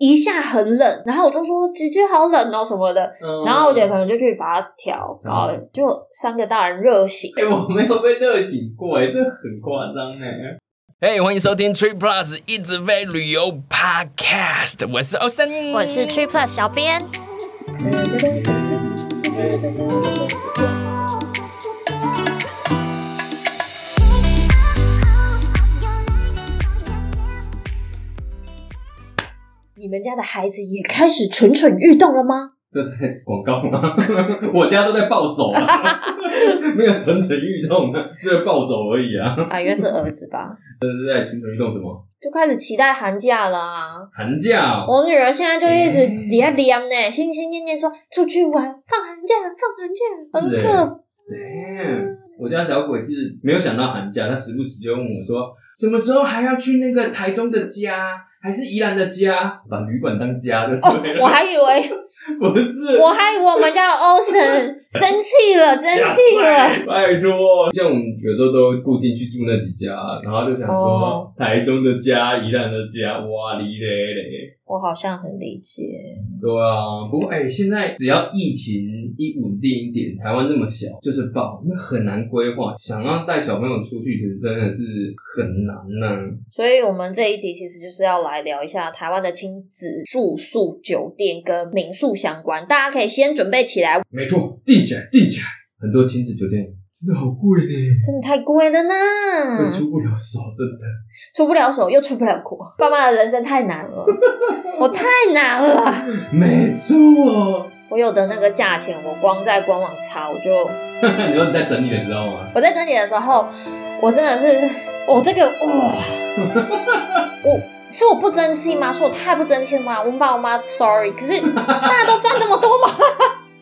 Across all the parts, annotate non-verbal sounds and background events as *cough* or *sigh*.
一下很冷，然后我就说姐姐好冷哦什么的，嗯然后我姐可能就去把它调高了，就三个大人热醒。哎、我没有被热醒过、哎，这很夸张哎。嘿欢迎收听 Tree Plus 一直飞旅游 Podcast，我是欧森，我是 Tree Plus 小编，你们家的孩子也开始蠢蠢欲动了吗？这是广告吗？ *laughs* 我家都在暴走啊， *laughs* 没有蠢蠢欲动啊，只有暴走而已啊。啊，应该是儿子吧，这是在蠢蠢欲动什么？就开始期待寒假了啊。寒假哦、我女儿现在就一直咧咧呢，心心念念说出去玩，放寒假，放寒假，很是欸可 Damn，我家小鬼是没有想到寒假，他时不时就问我说，什么时候还要去那个台中的家，还是宜兰的家，把旅馆当家的。哦！我还以为， *laughs* 不是，我还以为我们家的 Ocean 争气了，争气了。拜托，像我们有时候都固定去住那几家，然后就想说、哦台中的家、宜兰的家，哇哩嘞嘞。我好像很理解，对啊，不过哎、现在只要疫情一稳定一点，台湾这么小就是爆，那很难规划。想要带小朋友出去，其实真的是很难呢、所以我们这一集其实就是要来聊一下台湾的亲子住宿、酒店跟民宿相关，大家可以先准备起来，没错，定起来，定起来。很多亲子酒店真的好贵呢，真的太贵了呢，会出不了手，真的。出不了手又出不了国，爸妈的人生太难了，我太难了。没错， *laughs* 我有的那个价钱，我光在官网查，我就你说你在整理了，知道吗？我在整理的时候，我真的是，我这个哇，我是我不争气吗？是我太不争气了吗？我爸我妈，sorry，可是大家都赚这么多吗？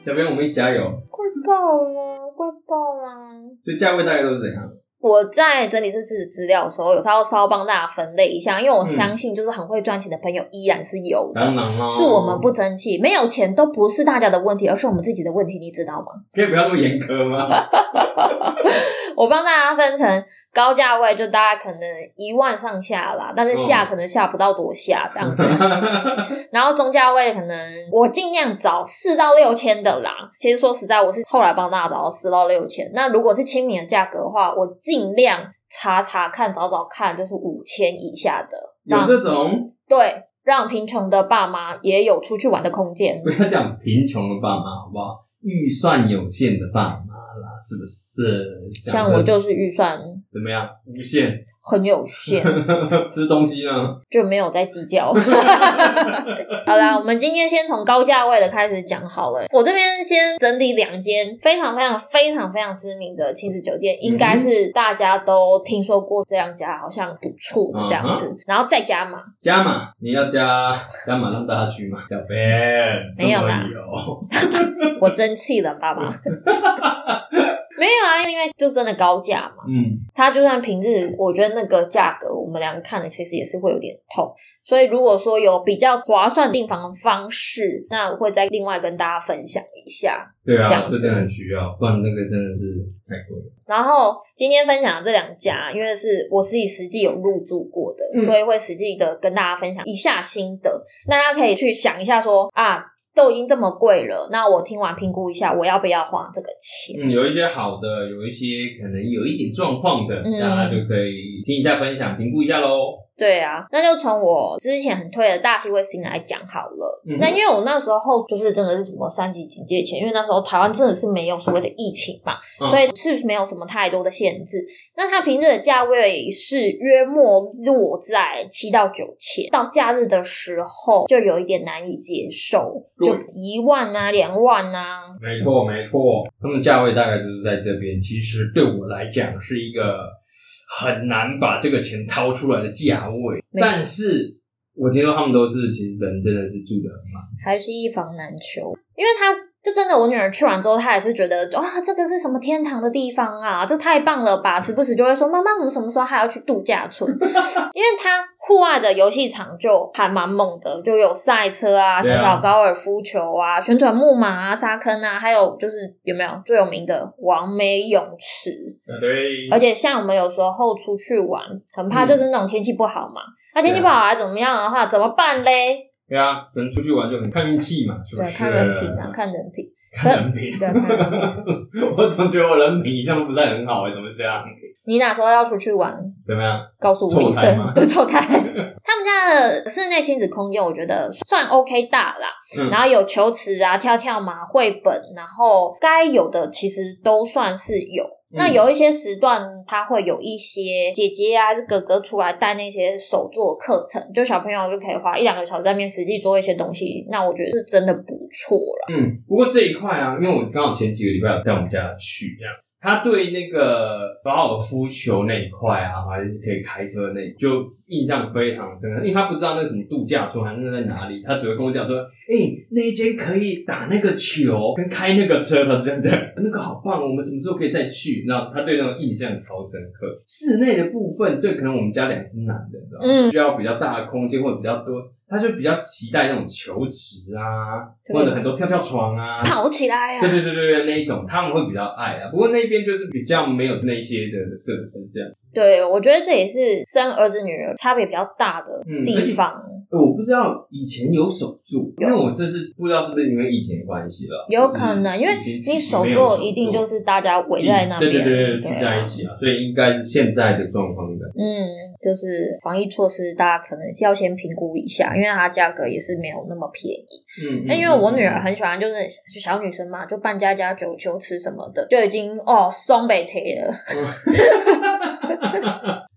小朋友，我们一起加油。贵爆了，贵爆啦！所以价位大概都是怎样？我在整理这次的资料的时候，有时候稍微帮大家分类一下，因为我相信就是很会赚钱的朋友依然是有的，嗯当然啦、是我们不争气，没有钱都不是大家的问题，而是我们自己的问题，你知道吗？ *laughs* 可以不要那么严苛吗？我帮大家分成高价位，就大家可能一万上下啦，哦但是下可能下不到多下这样子。然后中价位可能我尽量找四到六千的啦。其实说实在，我是后来帮大家找到四到六千。那如果是亲民的价格的话，我尽量查查看、找找看，就是五千以下的，有让这种对让贫穷的爸妈也有出去玩的空间不。要讲贫穷的爸妈，好不好？预算有限的爸妈啦，是不是？像我就是预算怎么样？无限 *laughs* 很有限，吃东西呢？就没有在计较。 *laughs* 好啦，我们今天先从高价位的开始讲好了。我这边先整理两间非常非常非常非常知名的亲子酒店，应该是大家都听说过这两家，好像不错的这样子。然后再加嘛，加码，你要加加码让大家去 *laughs* 吗？小贝没有啦这么有我争气了，爸爸。没有啊，因为就真的高价嘛。 *laughs* 嗯，它就算平日，我觉得那个价格，我们两个看了其实也是会有点痛。所以如果说有比较划算订房的方式，那我会再另外跟大家分享一下。对这啊，样这子真的很需要，不然那个真的是太贵了。然后今天分享的这两家，因为是我自己实际有入住过的，嗯所以会实际的跟大家分享一下心得。大家可以去想一下说啊，都已经这么贵了，那我听完评估一下，我要不要花这个钱？嗯，有一些好的，有一些可能有一点状况的，嗯大家就可以听一下分享，评估一下喽。对啊，那就从我之前很推的大西卫星来讲好了。嗯那因为我那时候就是真的是什么三级警戒前，因为那时候台湾真的是没有所谓的疫情嘛，嗯所以是没有什么太多的限制。那它平日的价位是约莫落在七到九千，到假日的时候就有一点难以接受，对就一万啊、两万啊，没错，没错，他们价位大概就是在这边。其实对我来讲是一个很难把这个钱掏出来的价位，没错但是我听说他们都是其实人真的是住的很满，还是一房难求，因为他就真的，我女儿去完之后，她也是觉得哇，这个是什么天堂的地方啊，这太棒了吧！时不时就会说妈妈，我们什么时候还要去度假村？ *laughs* 因为她户外的游戏场就还蛮猛的，就有赛车啊、对小啊小高尔夫球啊、旋转木马啊、沙坑啊，还有就是有没有最有名的王美泳池，对而且像我们有时候出嗯啊去玩，很怕就是那种天气不好嘛。那、天气不好还怎么样的话，怎么办嘞？对啊，可能出去玩就很看运气嘛，是不对，是？看人品啊，看人品。看人品。对看人 *laughs* 我总觉得我人品一向不是很好哎、怎么这样？你哪时候要出去玩？怎么样？告诉我一错开吗 *laughs* 声，对，错开。他们家的室内亲子空间，我觉得算 OK 大啦，嗯然后有球池啊、跳跳马、绘本，然后该有的其实都算是有。那嗯有一些时段，它会有一些姐姐啊、哥哥出来带那些手作课程，就小朋友就可以花一两个小时在那边实际做一些东西。那我觉得是真的不错了。嗯，不过这一块啊，因为我刚好前几个礼拜有带我们家去，这样他对那个高尔夫球那一块啊，还是可以开车那一，就印象非常深刻，因为他不知道那什么度假村还是那在哪里，他只会跟我讲说，哎、那一间可以打那个球跟开那个车，他就这样讲，那个好棒，我们什么时候可以再去？然后他对那种印象超深刻。室内的部分，对，可能我们家两只男的，你知道吗嗯需要比较大的空间或者比较多。他就比较期待那种球池啊，对或者很多跳跳床啊，跑起来啊！对对对对对，那一种他们会比较爱啊。不过那边就是比较没有那些的设施这样。对，我觉得这也是生儿子女儿差别比较大的嗯地而且方。呃我不知道以前有手作，因为我这是不知道是不是因为疫情的关系了，有可能，因为就是已经你手没有作一定就是大家围在那边，对对对对，聚啊在一。起啊，所以应该是现在的状况应该。嗯，就是防疫措施，大家可能要先评估一下，因为它价格也是没有那么便宜。嗯，那、嗯因为我女儿很喜欢，就是就小女生嘛，就办家家酒、球吃什么的，就已经哦松北贴了。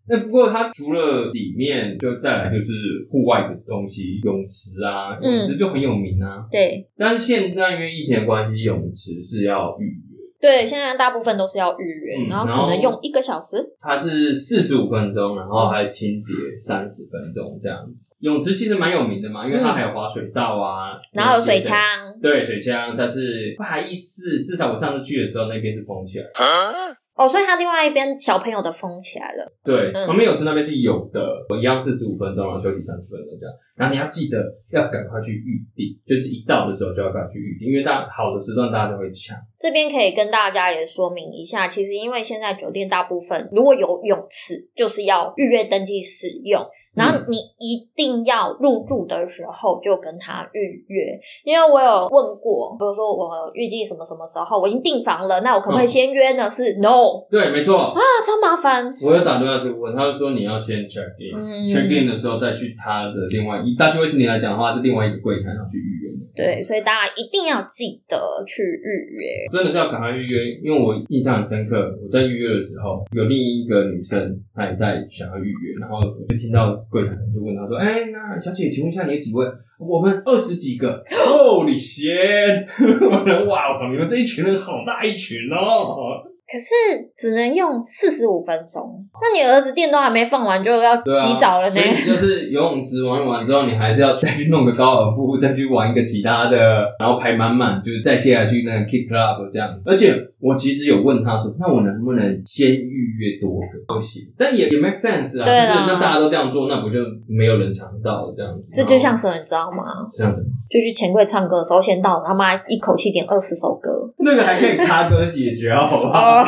那不过它除了里面，就再来就是户外的东西，泳池啊，嗯泳池就很有名啊。对但是现在因为疫情的关系，泳池是要预约，对，现在大部分都是要预约，嗯然后然后可能用一个小时。它是四十五分钟，然后还清洁三十分钟这样子。泳池其实蛮有名的嘛，因为它还有滑水道啊，然后有那些水的，枪对水枪。但是不好意思，至少我上次去的时候那边是封起来的，哦，所以它另外一边小朋友的封起来了。对，嗯旁边泳池那边是有的，一样四十五分钟，然后休息三十分钟这样。然后你要记得要赶快去预定，就是一到的时候就要赶快去预定，因为大好的时段大家都会抢。这边可以跟大家也说明一下，其实因为现在酒店大部分如果有泳池，就是要预约登记使用，然后你一定要入住的时候就跟他预约。因为我有问过，比如说我预计什么什么时候我已经订房了，那我可不可以嗯先约呢？是 no 对，没错。啊，超麻烦。 *laughs* 我有打电话去问，他就说你要先 check in，check、嗯 in 的时候再去他的另外一，大区卫视你来讲的话是另外一个柜台，然后去预约。对，所以大家一定要记得去预约。真的是要赶快预约，因为我印象很深刻，我在预约的时候，有另一个女生她也在想要预约，然后我就听到柜台就问她说：“哎、那小姐，请问一下你有几位？我们二十几 *laughs* 个。Holy shit！我 *laughs* 说哇，你们这一群人好大一群哦。可是只能用四十五分钟，那你儿子电都还没放完就要对啊，洗澡了呢所。以就是游泳池玩一玩之后，你还是要再去弄个高尔夫，再去玩一个其他的，然后排满满，就是再下来去那个 Kick Club 这样子。而且我其实有问他说，那我能不能先预约多个？不行，但也也 make sense 啊，对啊就是那大家都这样做，那不就没有人抢到了这样子？这就像什么，你知道吗？像什么？就去钱柜唱歌的时候，先到他妈一口气点二十首歌。那个还可以卡歌解决，好不好？哦，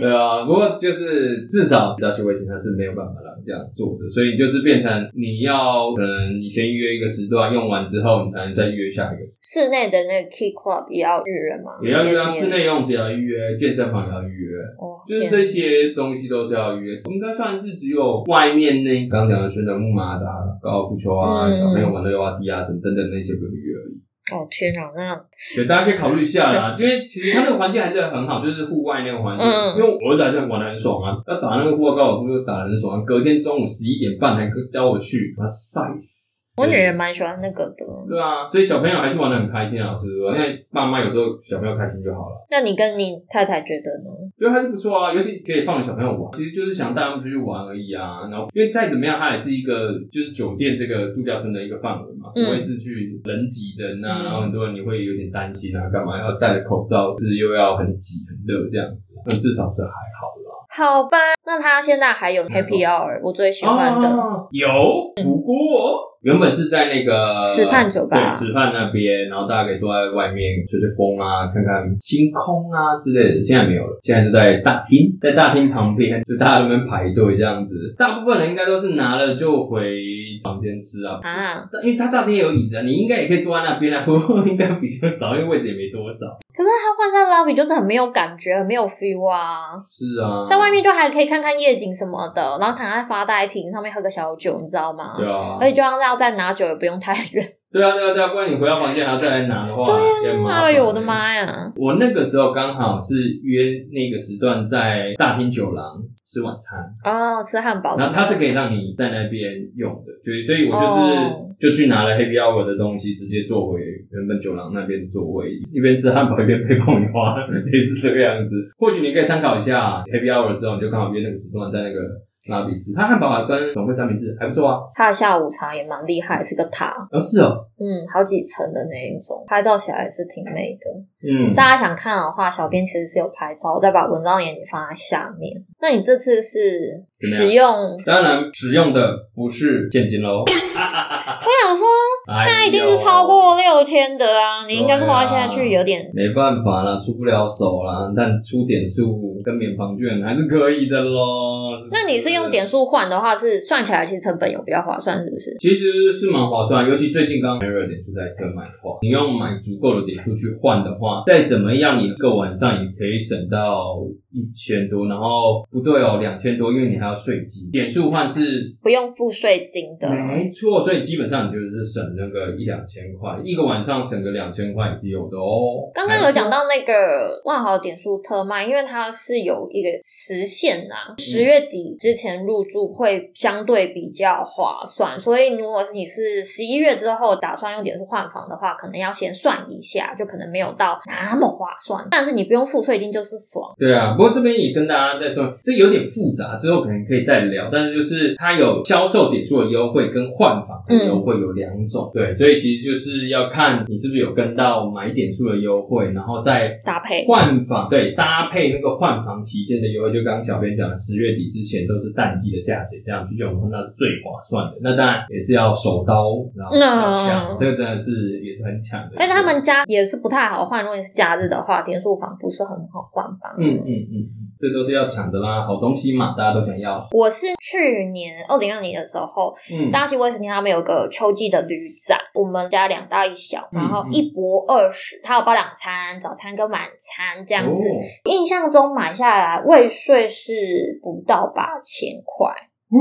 对啊，不过就是至少大学微信它是没有办法让你这样做的，所以就是变成你要可能你先约一个时段，用完之后你才能再约下一个时 *laughs* 室内的那个 Key Club 也要预嗯约吗？段。也要约啊，是室内游泳池也要预约，健身房也要预约，哦，就是天这些东西都是要预约。应该算是只有外面那刚刚讲的旋转木马、打高尔夫球啊、嗯小朋友玩的溜滑梯啊什么等等那些不用预约而已。哦天哪，那对，大家可以考虑一下啦，因为其实它那个环境还是很好，就是户外那个环境，嗯因为我儿子还是玩的很爽啊，他打那个户外高尔夫就打的很爽、啊，隔天中午十一点半还叫我去，把他晒死。我女对儿蛮喜欢那个的。对啊，所以小朋友还是玩的很开心啊，是不是？因为爸妈有时候小朋友开心就好了，那你跟你太太觉得呢？觉得还是不错啊，尤其可以放小朋友玩，其实就是想带他们出去玩而已啊。然后因为再怎么样，它也是一个就是酒店这个度假村的一个范围嘛，不嗯会是去人挤人嗯啊，然后很多人你会有点担心啊，干嘛要戴着口罩，是又要很挤很热这样子、啊，那至少是还好啦。好哦吧，那她现在还有 Happy Hour，我最喜欢的。哦有，不过。原本是在那个池畔酒吧对，池畔那边，然后大家可以坐在外面吹吹风啊，看看星空啊之类的。现在没有了，现在就在大厅，在大厅旁边，就大家在那边排队这样子。大部分人应该都是拿了就回房间吃啊，啊！但因为他大厅也有椅子啊，你应该也可以坐在那边啊， *laughs* 不过应该比较少，因为位置也没多少。可是它换在 lobby 就是很没有感觉，很没有 feel 啊。是啊，在外面就还可以看看夜景什么的，然后躺在发呆亭上面喝个小酒，你知道吗？对啊，而且就算要再拿酒也不用太远。对啊，对啊，对啊，不然你回到房间还要再来拿的话，也很麻烦哎呦我的！妈呀！我那个时候刚好是约那个时段在大厅酒廊吃晚餐，哦，吃汉堡什然么的，后它是可以让你在那边用的，所以所以我就是、哦就去拿了 Happy Hour 的东西，直接坐回原本酒廊那边的座位，一边吃汉堡一边配爆米花， *laughs* 类似这个样子。或许你可以参考一下 Happy Hour 之后，你就刚好约那个时段在那个拉比吃，它汉堡啊跟总会三明治还不错啊。它的下午茶也蛮厉害，是个塔，哦，是哦，嗯，好几层的那一种，拍照起来也是挺美的。嗯，大家想看的话，小编其实是有拍照，我再把文章链接放在下面。那你这次是怎么样使用？当然使用的不是现金哎喽，我想说，*laughs* 它它一定是超过六千的啊！你应该是花对啊下去有点没办法啦，出不了手啦，但出点数跟免房券还是可以的咯。那你是用点数？数换的话，是算起来其实成本有比较划算，是不是？其实是蛮划算，啊尤其最近刚刚 Mirror 点数在特卖的话，你用买足够的点数去换的话，再怎么样，你一个晚上也可以省到一千多，然后不对哦，两千多，因为你还要税基，点数换是不用付税金的。没错，所以基本上你就是省那个一两千块，一个晚上省个两千块也是有的哦。刚刚有讲到那个万豪点数特卖，因为它是有一个时限呐、十月底之前入住会相对比较划算，所以如果是你是十一月之后打算用点数换房的话，可能要先算一下，就可能没有到那么划算，但是你不用付税金就是爽。对啊，不过这边也跟大家再说，这有点复杂，之后可能可以再聊。但是就是它有销售点数的优惠跟换房的优惠有两嗯种，对，所以其实就是要看你是不是有跟到买点数的优惠，然后再搭配换房，对，搭配那个换房期间的优惠，就刚刚小编讲的，十月底之前都是淡季的价钱，这样去用的话那是最划算的。那当然也是要手刀，然后那要抢，这个真的是也是很抢的。嗯哎而且他们家也是不太好换，如果你是假日的话，点数房不是很好换吧？嗯嗯嗯，嗯这都是要抢的啦，好东西嘛，大家都想要。我是去年二零二零的时候，嗯，大西威斯汀他们有个秋季的旅展，我们家两大一小，嗯然后一博二十，它有包两餐，早餐跟晚餐这样子。哦印象中买下来未税是不到八千块，嗯，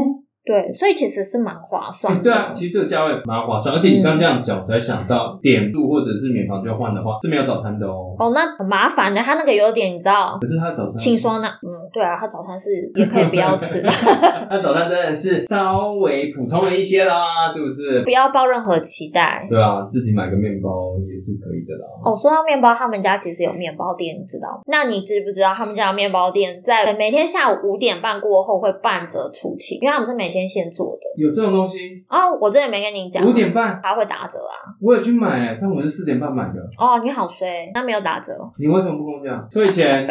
对，所以其实是蛮划算的。嗯对啊，其实这个价位蛮划算，而且你刚刚这样讲，我才想到点数或者是免房券换的话是没有早餐的哦。哦，那很麻烦的，他那个有点你知道，可是他早餐，轻松呢。嗯，对啊，他早 *laughs* 餐是也可以不要吃吧， *laughs* 他早餐真的是稍微普通了一些啦，是不是不？要抱任何期待。对啊，自己买个面包也是可以的啦。哦，说到面包，他们家其实有面包店，你知道吗？那你知不知道他们家的面包店在每天下午五点半过后会半折出勤，因为他们是每天现做的。有这种东西，哦，我之前没跟你讲，五点半还会打折啊。我有去买，欸但我是四点半买的。哦，你好衰，那没有打折，哦你为什么不跟我讲？退钱，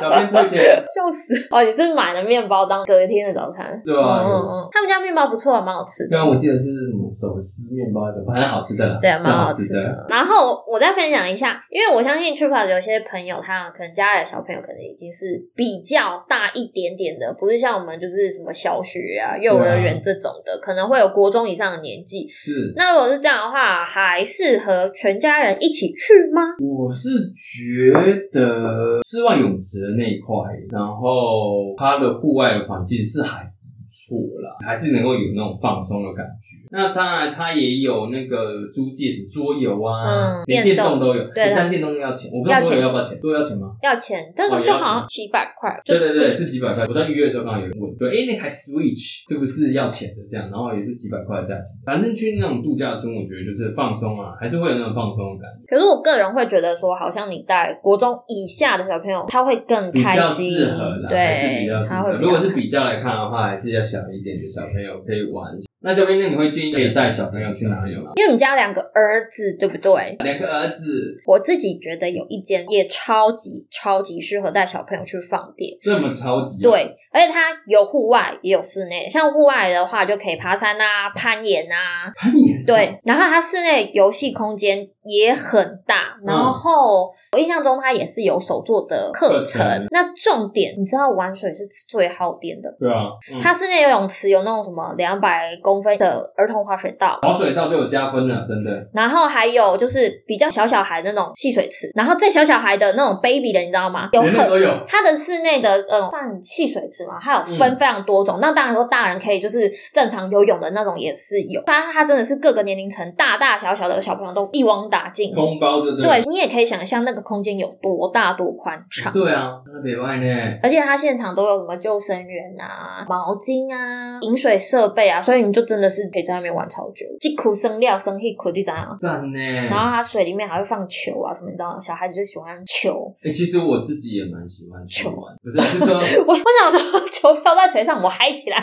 小编退钱，笑死。哦，你是买了面包当隔天的早餐？对啊嗯嗯嗯，他们家面包不错，蛮好吃的。刚刚我记得是什么手撕面包还是什么，反正好吃的啦，对，啊是蛮好吃吃的。然后我再分享一下，因为我相信 Triple 有些朋友，他可能家里的小朋友可能已经是比较大一点点的，不是像我们就是什么小学啊、幼儿园这种的，可能会有国中以上的年纪。是，那如果是这样的话，还适合全家人一起去吗？我是觉得室外泳池的那一块，然后它的户外的环境是还不错啦，还是能够有那种放松的感觉。那当然，它也有那个租借什么桌游啊，嗯连电电动动都有，对诶的但电动要钱，我不知道要桌游钱要不要钱，桌游要钱吗？要钱，但哦是就要钱好像几百块，就对对对，是几百块。我在预约的时候刚好有人问，对，哎、那台 Switch 是不是要钱的？这样，然后也是几百块的价钱。反正去那种度假村，我觉得就是放松啊，还是会有那种放松的感觉，可是我个人会觉得说，好像你带国中以下的小朋友，他会更比较开心适合啦，还是比对较，适他会合。比较如果是开比较来看的话，还是要小一点的小朋友可以玩那小编，那你会建议可以带小朋友去哪里吗？因为我们家两个儿子，对不对？两个儿子我自己觉得有一间也超级超级适合带小朋友去放电。这么超级、啊，，对，而且它有户外也有室内，像户外的话就可以爬山啊、攀岩啊，攀岩，对。然后它室内游戏空间也很大，嗯然后我印象中它也是有手做的课程。课程那重点，你知道玩水是最耗电的。对啊，嗯它室内游泳池有那种什么两百公分的儿童滑水道，滑水道就有加分了，真的。然后还有就是比较小小孩那种戏水池，然后再小小孩的那种 baby 的，你知道吗？有连那很都有，它的室内的呃，算汽水池嘛，它有分非常多种。那当然说，大人可以就是正常游泳的那种也是有，反正它真的是各个年龄层、大大小小的小朋友都一网打尽。空包就对你也可以想象那个空间有多大、多宽敞。对啊，那北外呢？而且它现场都有什么救生员啊、毛巾啊、饮水设备啊，所以你就真的是可以在那边玩超久。既苦生料生一苦，你知道吗？赞呢！然后它水里面还会放球啊什么，你知道吗？小孩子就喜欢球，欸，其实我自己也蛮喜欢去玩，不是，就是说我我想说 *laughs* 球飘在水上，我嗨起来。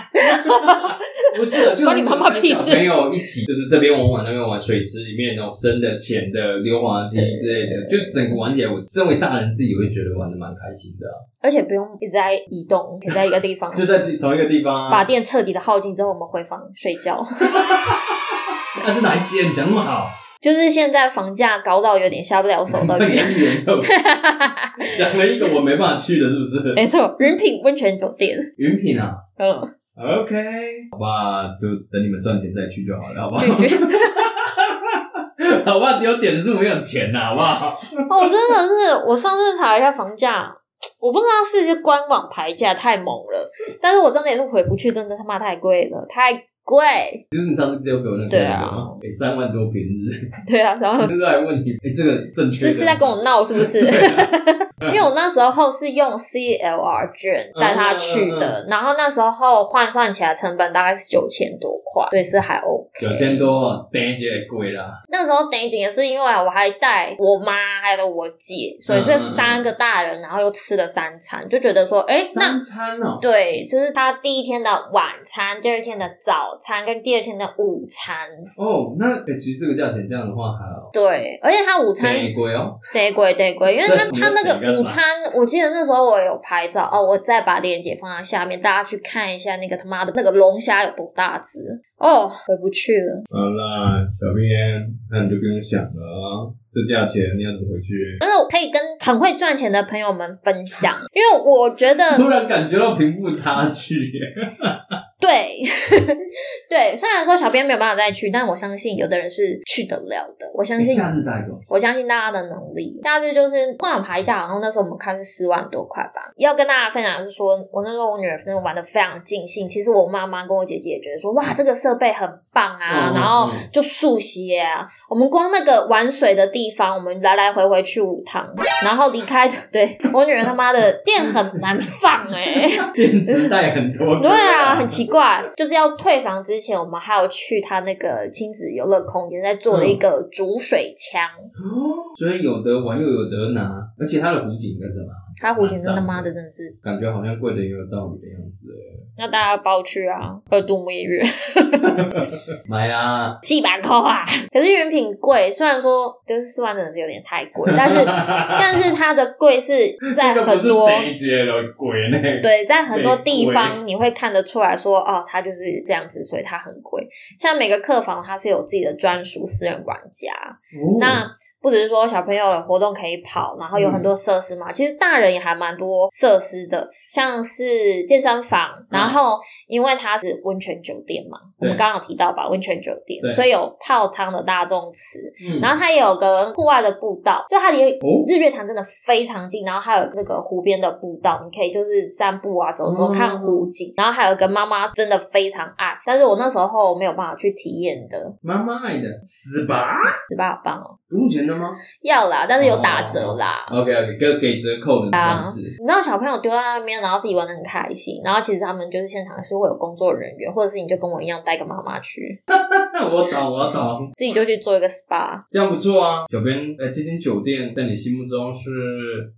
*laughs* 不是，就是关你妈妈屁事没有一起，就是这边玩玩那边玩，水池里面那种深的、浅的、溜滑梯之类的，就整个玩起来，我身为大人自己也会觉得玩的蛮开心的啊、而且不用一直在移动，可以在一个地方就在同一个地方把 *laughs* 啊。电彻底的耗尽之后，我们回房睡觉。 *laughs* 那是哪一间？讲那么好，就是现在房价高到有点下不了手的那你原一人又讲了一个我没办法去的，是 *laughs* 不是？没错，云品温泉酒店。云品啊嗯， ，OK，好吧，就等你们赚钱再去就好了，好不好？拒绝。 *laughs* 好吧，只有点数没有钱呐、好不好？哦，真的是，我上次查一下房价，我不知道是不是官网排价太猛了，但是我真的也是回不去，真的他妈太贵了，太贵。就是你上次丢给我那个，对啊欸，三万多平 *laughs* 日，对啊，然后就是来问你，哎、这个正确是的是在跟我闹是不是？啊 *laughs* 因为我那时候是用 CLR 券带他嗯去的，然后那时候换算起来成本大概是九千多块，所以是还 OK。九千多，等一节也贵啦。那时候等景也是因为我还带我妈还有我姐，所以这三个大人，然后又吃了三餐，就觉得说，哎、那三餐哦、对，就是他第一天的晚餐，第二天的早餐跟第二天的午餐，哦，那、欸、其实这个价钱这样的话还好，对，而且他午餐便宜贵哦。得贵得贵，因为他那他那你要个点午干嘛餐，我记得那时候我有拍照哦，我再把链接放在下面，大家去看一下那个他妈的那个龙虾有多大只哦，回不去了。好啦，小编，那你就不用想了啊，这价钱你要怎么回去？但是我可以跟很会赚钱的朋友们分享，因为我觉得 *laughs* 突然感觉到贫富差距耶，对 *laughs* 对，虽然说小编没有办法再去，但我相信有的人是去得了的，我相信。下次再说。我相信大家的能力。大致就是官网排价，然后那时候我们看是四万多块吧。要跟大家分享的是说，我那时候我女儿真的玩的非常尽兴。其实我妈妈跟我姐姐也觉得说，哇，这个设备很棒啊，嗯然后嗯就速写啊。我们光那个玩水的地方，我们来来回回去五趟，然后离开。对我女儿他妈的电很难放哎、 *laughs* 电池带很多个 *laughs* 对啊，啊，很奇怪，就是要退房之前，我们还有去他那个亲子游乐空间，在做了嗯一个煮水枪。哦所以有得玩又有得拿，而且它的湖景跟什么，他胡琴真他妈的真的是，感觉好像贵的也有道理的样子耶。那大家包去啊，二度蜜月，买啊！七百块啊。可是原品贵，虽然说就是四万真的是有点太贵，但 *laughs* 是但是它的贵是在很多这个不是北捷的鬼呢，对，在很多地很方你会看得出来说，哦，它就是这样子，所以它很贵。像每个客房它是有自己的专属私人管家，哦那不只是说小朋友有活动可以跑，然后有很嗯多设施嘛，其实大人也还蛮多设施的，像是健身房，然后因为它是温泉酒店嘛，我们嗯对刚刚有提到吧，温泉酒店，对所以有泡汤的大众池，嗯然后它也有个户外的步道，就它离哦日月潭真的非常近，然后还有那个湖边的步道，你可以就是散步啊，走走嗯看湖景，然后还有跟妈妈真的非常爱，但是我那时候没有办法去体验的，妈妈爱的死吧，十八棒哦，不用钱的吗要啦，但是有打折啦。 ？OK OK，给给折扣的方式，你知道小朋友丢在那边，然后自己玩的很开心，然后其实他们就是现场是会有工作人员，或者是你就跟我一样带个妈妈去， *laughs* 我懂我懂，自己就去做一个 SPA。这样不错啊。小编，呃，这间酒店在你心目中是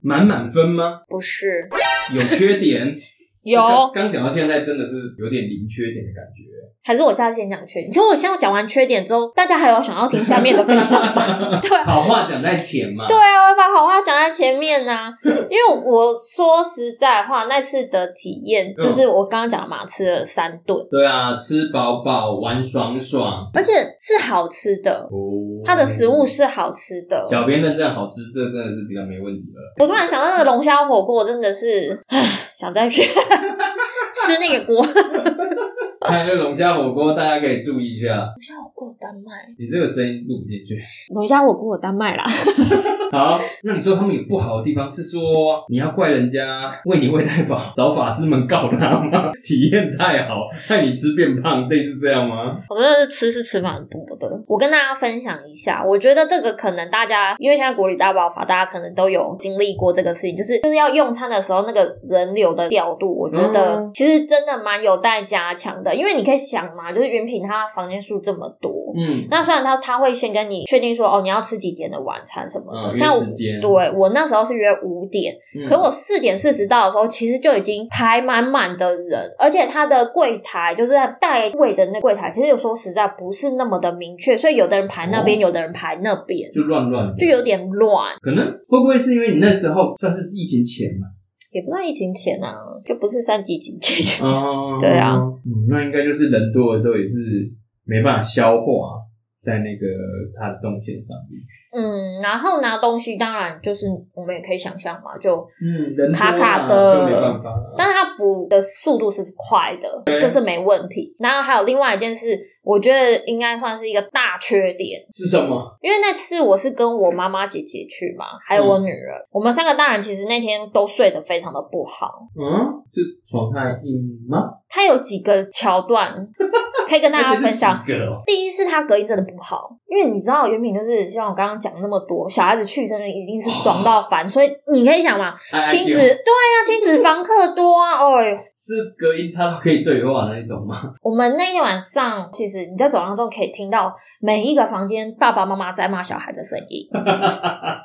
满满分吗？不是，有缺点？ *laughs* 有，刚刚讲到现在，真的是有点零缺点的感觉。还是我下次先讲缺点？可我现在讲完缺点之后，大家还有想要听下面的分享吗？ *laughs* 对啊，好话讲在前嘛。对啊，我把好话讲在前面呢、因为我说实在话，那次的体验嗯就是我刚刚讲嘛，吃了三顿，对啊，吃饱饱，玩爽爽。而且是好吃的，哦它的食物是好吃的。小编认证好吃，这真的是比较没问题了。我突然想到那个龙虾火锅，真的是，唉，想再去 *laughs* 吃那个锅。看这龙虾火锅，大家可以注意一下。龙虾火锅有丹麦，你这个声音录不进去。龙虾火锅有丹麦啦。好，那你说他们有不好的地方是说你要怪人家为你喂太饱，找法师们告他吗？体验太好，害你吃变胖，类似这样吗？ *laughs* 我真的是吃是吃蛮多的。我跟大家分享一下，我觉得这个可能大家因为现在国旅大爆发，大家可能都有经历过这个事情，就是就是要用餐的时候那个人流的调度，我觉得嗯其实真的蛮有待加强的。因为你可以想嘛，就是云品它房间数这么多。嗯，那虽然他他会先跟你确定说哦你要吃几点的晚餐什么的，嗯像约我时间对我那时候是约五点，嗯可我四点四十到的时候，其实就已经排满满的人，而且它的柜台就是在带位的那柜台，其实有说实在不是那么的明确，所以有的人排那边，哦有的人排那边，就乱乱的，就有点乱。可能会不会是因为你那时候算是疫情前嘛？也不知道疫情前啊，就不是三级警戒。哦对啊，嗯，那应该就是人多的时候也是没办法消化在那个它的动线上面。嗯，然后拿东西，当然就是我们也可以想象嘛，就，嗯，人多卡啊卡的就没办法啊。但是它补的速度是快的，这是没问题。然后还有另外一件事，我觉得应该算是一个大缺点，是什么？因为那次我是跟我妈妈、姐姐去嘛，还有我女儿，我们三个大人其实那天都睡得非常的不好。嗯，是床太硬吗？她有几个桥段可以跟大家分享 *laughs* 而。且是几个哦第一是她隔音真的不好，因为你知道原品就是像我刚刚讲那么多，小孩子去真的一定是爽到烦，所以你可以想嘛，哎哎亲子对对啊，亲子房客多啊，哦、是隔音差到可以对话那一种吗？我们那天晚上，其实你在走廊中可以听到每一个房间爸爸妈妈在骂小孩的声音。 *laughs*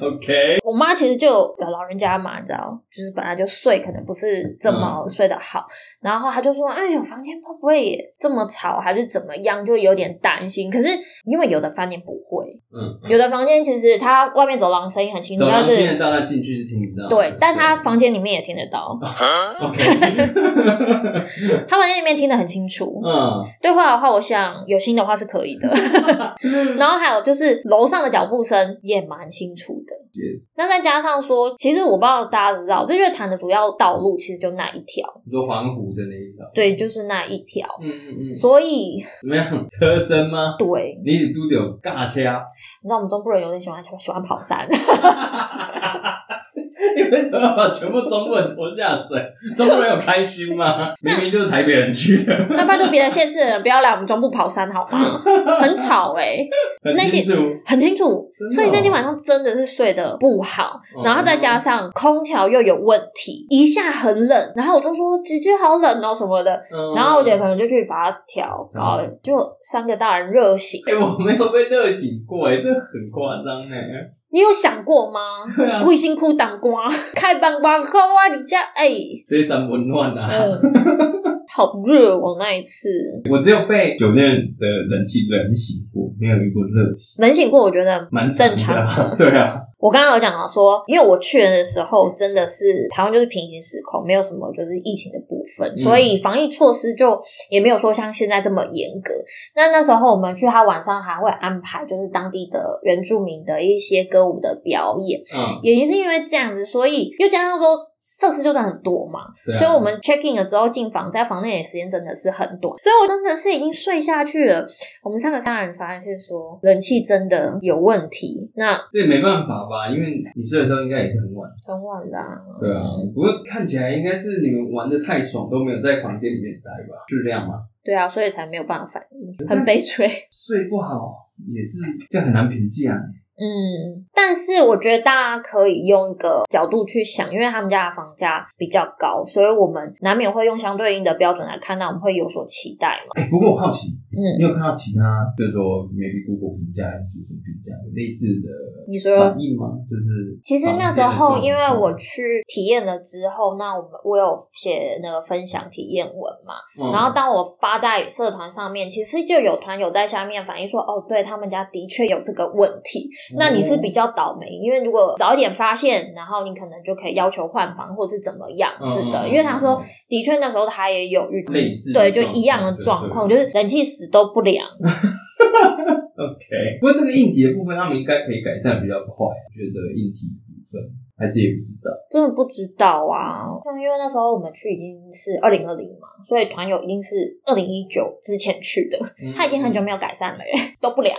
OK，我妈其实就有老人家嘛，你知道，就是本来就睡可能不是这么睡得好，然后她就说：“哎呦，房间会不会也这么吵，还是怎么样？”就有点担心。可是因为有的饭店不会，嗯，有的房间其实它外面走廊声音很清楚，走但廊听得是到，但进去是听不到的。对，但她房间里面也听得 *laughs* 到， OK，她房间里面听得很清楚。 *laughs* 嗯，对话的话，我想有心的话是可以 *laughs* 的。*laughs* 嗯然后还有就是楼上的脚步声也蛮清楚的。那再加上说，其实我不知道大家知道，日月潭的主要道路其实就那一条，你说环湖的那一条，对，就是那一条。嗯嗯嗯，所以，怎么样？车身吗？对，你是拄着尬车？啊你知道我们中部人有点喜欢喜欢跑山， *laughs* *laughs* 你为什么要把全部中国人拖 *laughs* 下水？中国人有开心吗？明明就是台北人去的，那拜托别的县市的人不要来我们中部跑山好吗？很吵哎、*laughs* 很那清楚。很清楚真。的所以那天哦晚上真的是睡得不好，哦然后再加上空调又有问题，一下很冷，然后我就说姐姐好冷哦什么的，嗯然后我姐可能就去把它调高了，就三个大人热醒。哎、我没有被热醒过、哎，这很夸张哎。你有想过吗？对啊，贵辛苦当官，开班官看哇，你家哎，这三温暖啊。嗯，好热哦那一次。我只有 *laughs* 被酒店的人气冷醒过，没有遇过热醒，冷醒过，我觉得蛮正常常的啊的。 *laughs* 对啊，我刚刚有讲到说，因为我去的时候真的是台湾就是平行时空，没有什么就是疫情的部嗯分，所以防疫措施就也没有说像现在这么严格。那那时候我们去，他晚上还会安排就是当地的原住民的一些歌舞的表演，嗯，也是因为这样子，所以又加上说设施就是很多嘛，对啊所以我们 check in 了之后进房，在房内的时间真的是很短，所以我真的是已经睡下去了。我们三个商人发现说人气真的有问题，那这没办法吧，因为你睡的时候应该也是很晚。很晚啦、对啊，不过看起来应该是你们玩的太爽，都没有在房间里面待吧？是这样吗？对啊，所以才没有办法反应，很悲催。睡不好也是，这样很难啊评价、嗯，但是我觉得大家可以用一个角度去想，因为他们家的房价比较高，所以我们难免会用相对应的标准来看，那我们会有所期待嘛。哎、不过我好奇，嗯你，有看到其他，就是说 maybe Google 评价还是什么什么评价，有类似的你说反应吗？就是其实那时候，反应因的嗯为状况我去体验了之后，那我们我有写那个分享体验文嘛，嗯然后当我发在社团上面，其实就有团友在下面反映说，哦，对他们家的确有这个问题。那你嗯是比较倒霉，因为如果早一点发现，然后你可能就可以要求换房或是怎么样嗯子嗯的。嗯因为他说嗯，的确那时候他也有遇到类似的对，就状况一样的状况，对就对是人气死都不良。 OK，不过这个硬体的部分，他们应该可以改善得比较快，觉得硬体的部分还是也不知道。真的不知道啊，像因为那时候我们去已经是二零二零嘛，所以团友一定是二零一九之前去的，他已经很久没有改善了耶， *laughs* 都不良，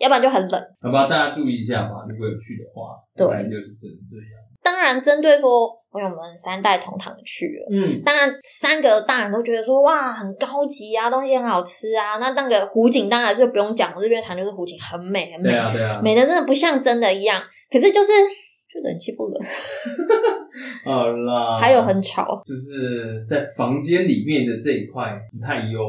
要不然就很冷。嗯好吧，大家注意一下吧，如果有去的话，对大概就是这这样。当然，针对说，因为我们三代同堂去了。嗯，当然，三个大人都觉得说哇，很高级啊，东西很好吃啊。那那个湖景当然是不用讲，日月潭就是湖景很美很美，对啊，对啊，美的真的不像真的一样。可是就是就冷气不冷，好啦，还有很吵。就是在房间里面的这一块不太优。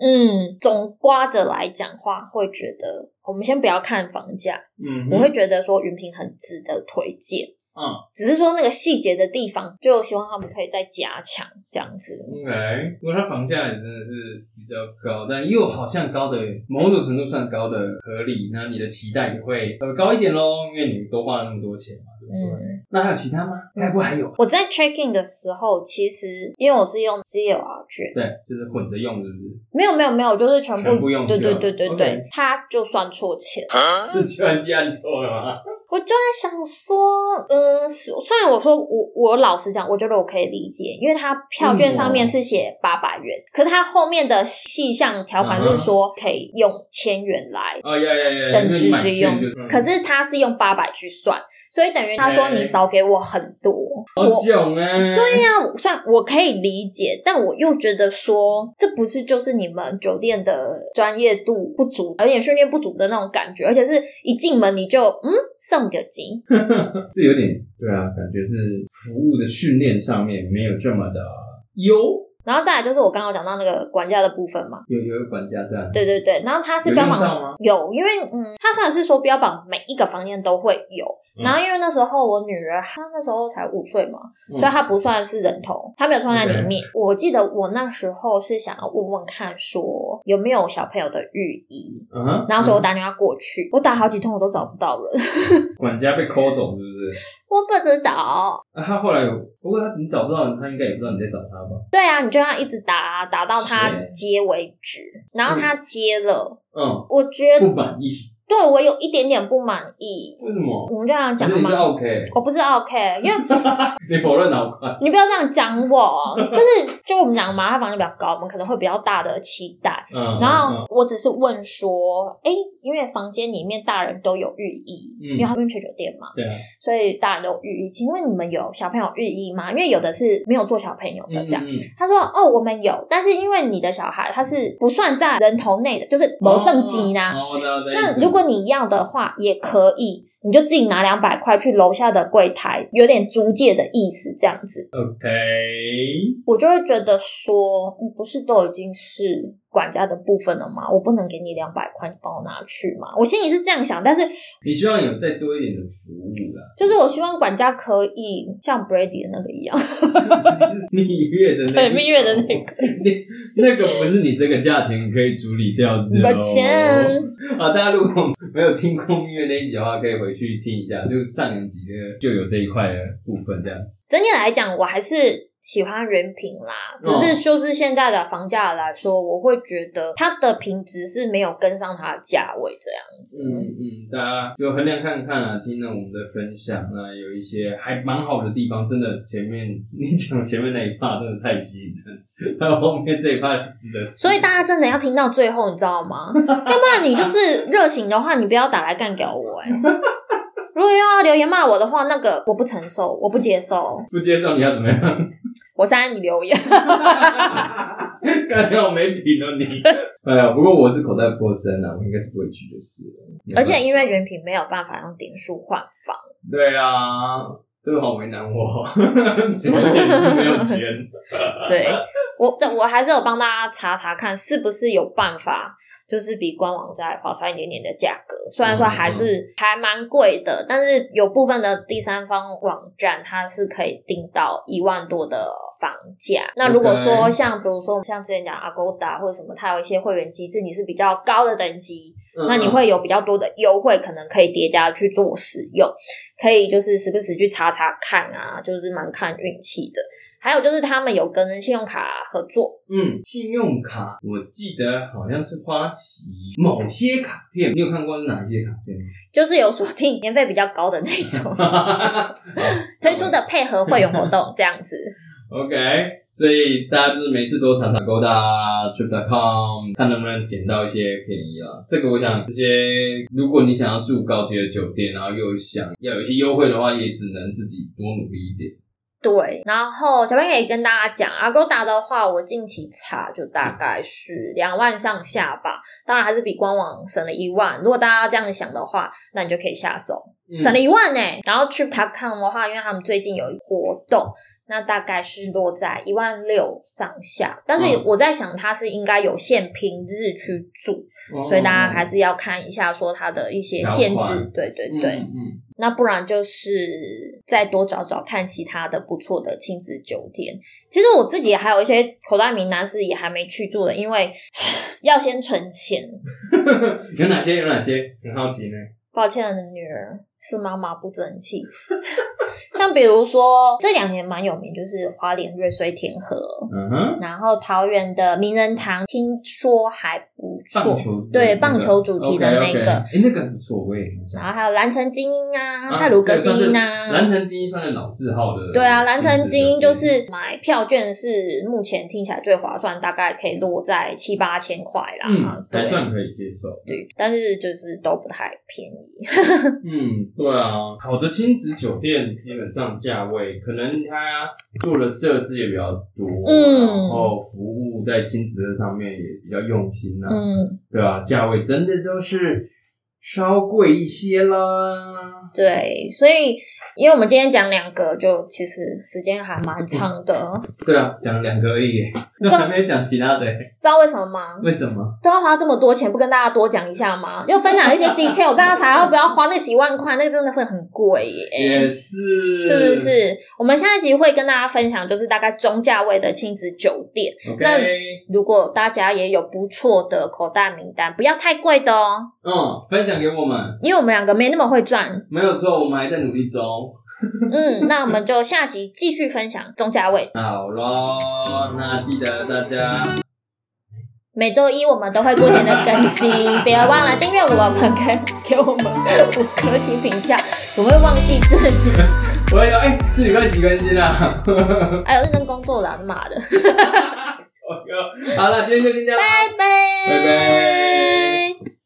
嗯，总刮着来讲话，会觉得我们先不要看房价，嗯哼，我会觉得说云平很值得推荐。嗯只是说那个细节的地方，就希望他们可以再加强这样子。嗯 OK，不过它房价也真的是比较高，但又好像高的某种程度算高的合理，那你的期待也会呃高一点喽，因为你都花了那么多钱嘛，对不对？嗯，那还有其他吗？该不会还有吧？我在 check in 的时候，其实因为我是用 CLR 券，对，就是混着用，是不是？没有没有没有，就是全部全部用对对掉对对 OK 对，他就算错钱。嗯 *laughs* 这计算机按错了吗？我就在想说，嗯，虽然我说我我老实讲，我觉得我可以理解，因为它嗯票券上面是写八百元，可是它后面的细项条款嗯是说可以用千元来哦，呀呀呀，等因为值你买使券用就，嗯可是它是用八百去算，所以等于他说哎你少给我很多。好囧哎，对对啊，虽然我可以理解，但我又觉得说，这不是就是你们酒店的专业度不足，而且训练不足的那种感觉，而且是一进门你就嗯上个级。这有点对啊，感觉是服务的训练上面没有这么的优，然后再来就是我刚刚讲到那个管家的部分嘛，有有一个管家对啊，对对对，然后它是有标用榜到吗？有，因为嗯，它虽然是说标榜每一个房间都会有，嗯然后因为那时候我女儿她那时候才五岁嘛，嗯所以它不算是人头，它没有算在里 OK 面。我记得我那时候是想要问问看说有没有小朋友的浴衣。嗯哼，然后所以我打电话过去，我打好几通我都找不到人，管家被抠走是不是？我不知道。啊，他后来有，不过他你找不到，他应该也不知道你在找他吧？对啊，你就要一直打，打到他是接为止。然后他接了，嗯，我觉得不满意，对我有一点点不满意。为什么？我们就这样可讲是你是嘛。 OK，我不是 OK，因为你否认好快，你不要这样讲 *laughs* 我，就是就我们讲嘛，他房间比较高，我们可能会比较大的期待。嗯，然后我只是问说，哎、因为房间里面大人都有浴衣，嗯因为他温泉酒店嘛，对啊，所以大人都有浴衣。请问你们有小朋友浴衣吗？因为有的是没有做小朋友的嗯这样。嗯嗯他说：“哦，我们有，但是因为你的小孩他是不算在人头内的，就是谋圣级啦。哦，我知道我知道那如果你要的话，也可以，你就自己拿两百块去楼下的柜台，有点租借的意思，这样子， OK，我就会觉得说，你不是都已经是管家的部分了吗？我不能给你两百块，你帮我拿去吗？我心里是这样想，但是你希望有再多一点的服务啦，就是我希望管家可以像 Brady 的那个一样， *laughs* 蜜月的 *laughs* 那对蜜月的那个， *laughs* 那那个不是你这个价钱可以处理掉的、我哦。钱啊！大家如果没有听过蜜月那一集的话，可以回去听一下，就上两集的就有这一块的部分这样子。整体来讲，我还是喜欢原品啦，只是就是现在的房价来说，我会觉得它的品质是没有跟上它的价位这样子。嗯嗯，大家就衡量看看啊，听了我们的分享，那有一些还蛮好的地方，真的前面你讲前面那一趴真的太吸引人，还有后面这一趴值得思所以大家真的要听到最后，你知道吗？要不然你就是热情的话，你不要打来干掉我哎、如果又要留言骂我的话，那个我不承受，我不接受。不接受你要怎么样？我删你留言， *laughs* 干掉没品了你！哎呀，不过我是口袋破身啊，我应该是不会去就是了。而且因为原品没有办法用点数换房，对 *laughs* 啊，这个好为难我，只有点是没有钱。对我但我还是有帮大家查查看，是不是有办法，就是比官网再划算一点点的价格。虽然说还是还蛮贵的，但是有部分的第三方网站它是可以订到一万多的房价。那如果说 OK 像比如说我们像之前讲 Agoda 或者什么，它有一些会员机制，你是比较高的等级，*laughs* 嗯那你会有比较多的优惠，可能可以叠加去做使用，可以就是时不时去查查看啊，就是蛮看运气的。还有就是他们有跟信用卡合作，嗯，信用卡，我记得好像是花旗某些卡片，你有看过是哪些卡片吗？就是有锁定年费比较高的那种 *laughs* 推出的配合会员活动这样子。 OK，所以大家就是没事多查查 Goda、Trip.com，看能不能捡到一些便宜啦。这个我想，这些如果你想要住高级的酒店，然后又想要有一些优惠的话，也只能自己多努力一点。对，然后小编可以跟大家讲，Agoda 的话，我近期查就大概是两万上下吧，当然还是比官网省了一万。如果大家这样想的话，那你就可以下手。嗯嗯省了一万呢、欸然后 Trip.com 的话，因为他们最近有一个活动，那大概是落在一万六上下。但是嗯我在想，它是应该有限平日去住，嗯，所以大家还始是要看一下说它的一些限条制款。对对对，嗯嗯那不然就是再多找找看其他的不错的亲子酒店。其实我自己还有一些口袋名单是也还没去住的，因为 *sighs* 要先存钱。有哪些？有哪些？很好奇呢。抱歉，女儿是妈妈不争气。 *laughs* 像比如说这两年蛮有名，就是花莲瑞穗天河，嗯哼，然后桃园的名人堂，听说还不棒错。球的对那个棒球主题的那 OK，OK 个诶那个很不错，我也很想然。后还有蓝城精英啊，泰鲁格精英啊，蓝城精英算是老字号的。对啊，蓝城精英就是买票券是目前听起来最划算，大概可以落在七八千块啦。嗯，啊对还算可以接受。对，但是就是都不太便宜。嗯，对啊，好的亲子酒店基本上价位可能它做的设施也比较多，啊嗯然后服务在亲子这上面也比较用心啊，嗯，对啊，价位真的就是稍贵一些啦。对，所以因为我们今天讲两个，就其实时间还嗯蛮长的，对啊，讲了两个而已 *laughs* 耶，那这还没有讲其他的耶，知道为什么吗？为什么？都要花这么多钱，不跟大家多讲一下吗？要分享一些 detail，这样才要不要花那几万块？那个真的是很贵耶。也是，是不？是？我们下一集会跟大家分享，就是大概中价位的亲子酒店。那 OK，如果大家也有不错的口袋名单，不要太贵的哦，嗯，分享给我们，。因为我们两个没那么会赚没有错，我们还在努力中。嗯，那我们就下集继续分享中价位。好咯，那记得大家。每周一我们都会固定的更新，别忘了订阅我们跟给我们五颗星评价，总会忘记这。我也有，哎、这礼拜几更新啊？ *laughs* 还有认真工作啦，妈的，好了，今天就先这样啦。拜拜，拜拜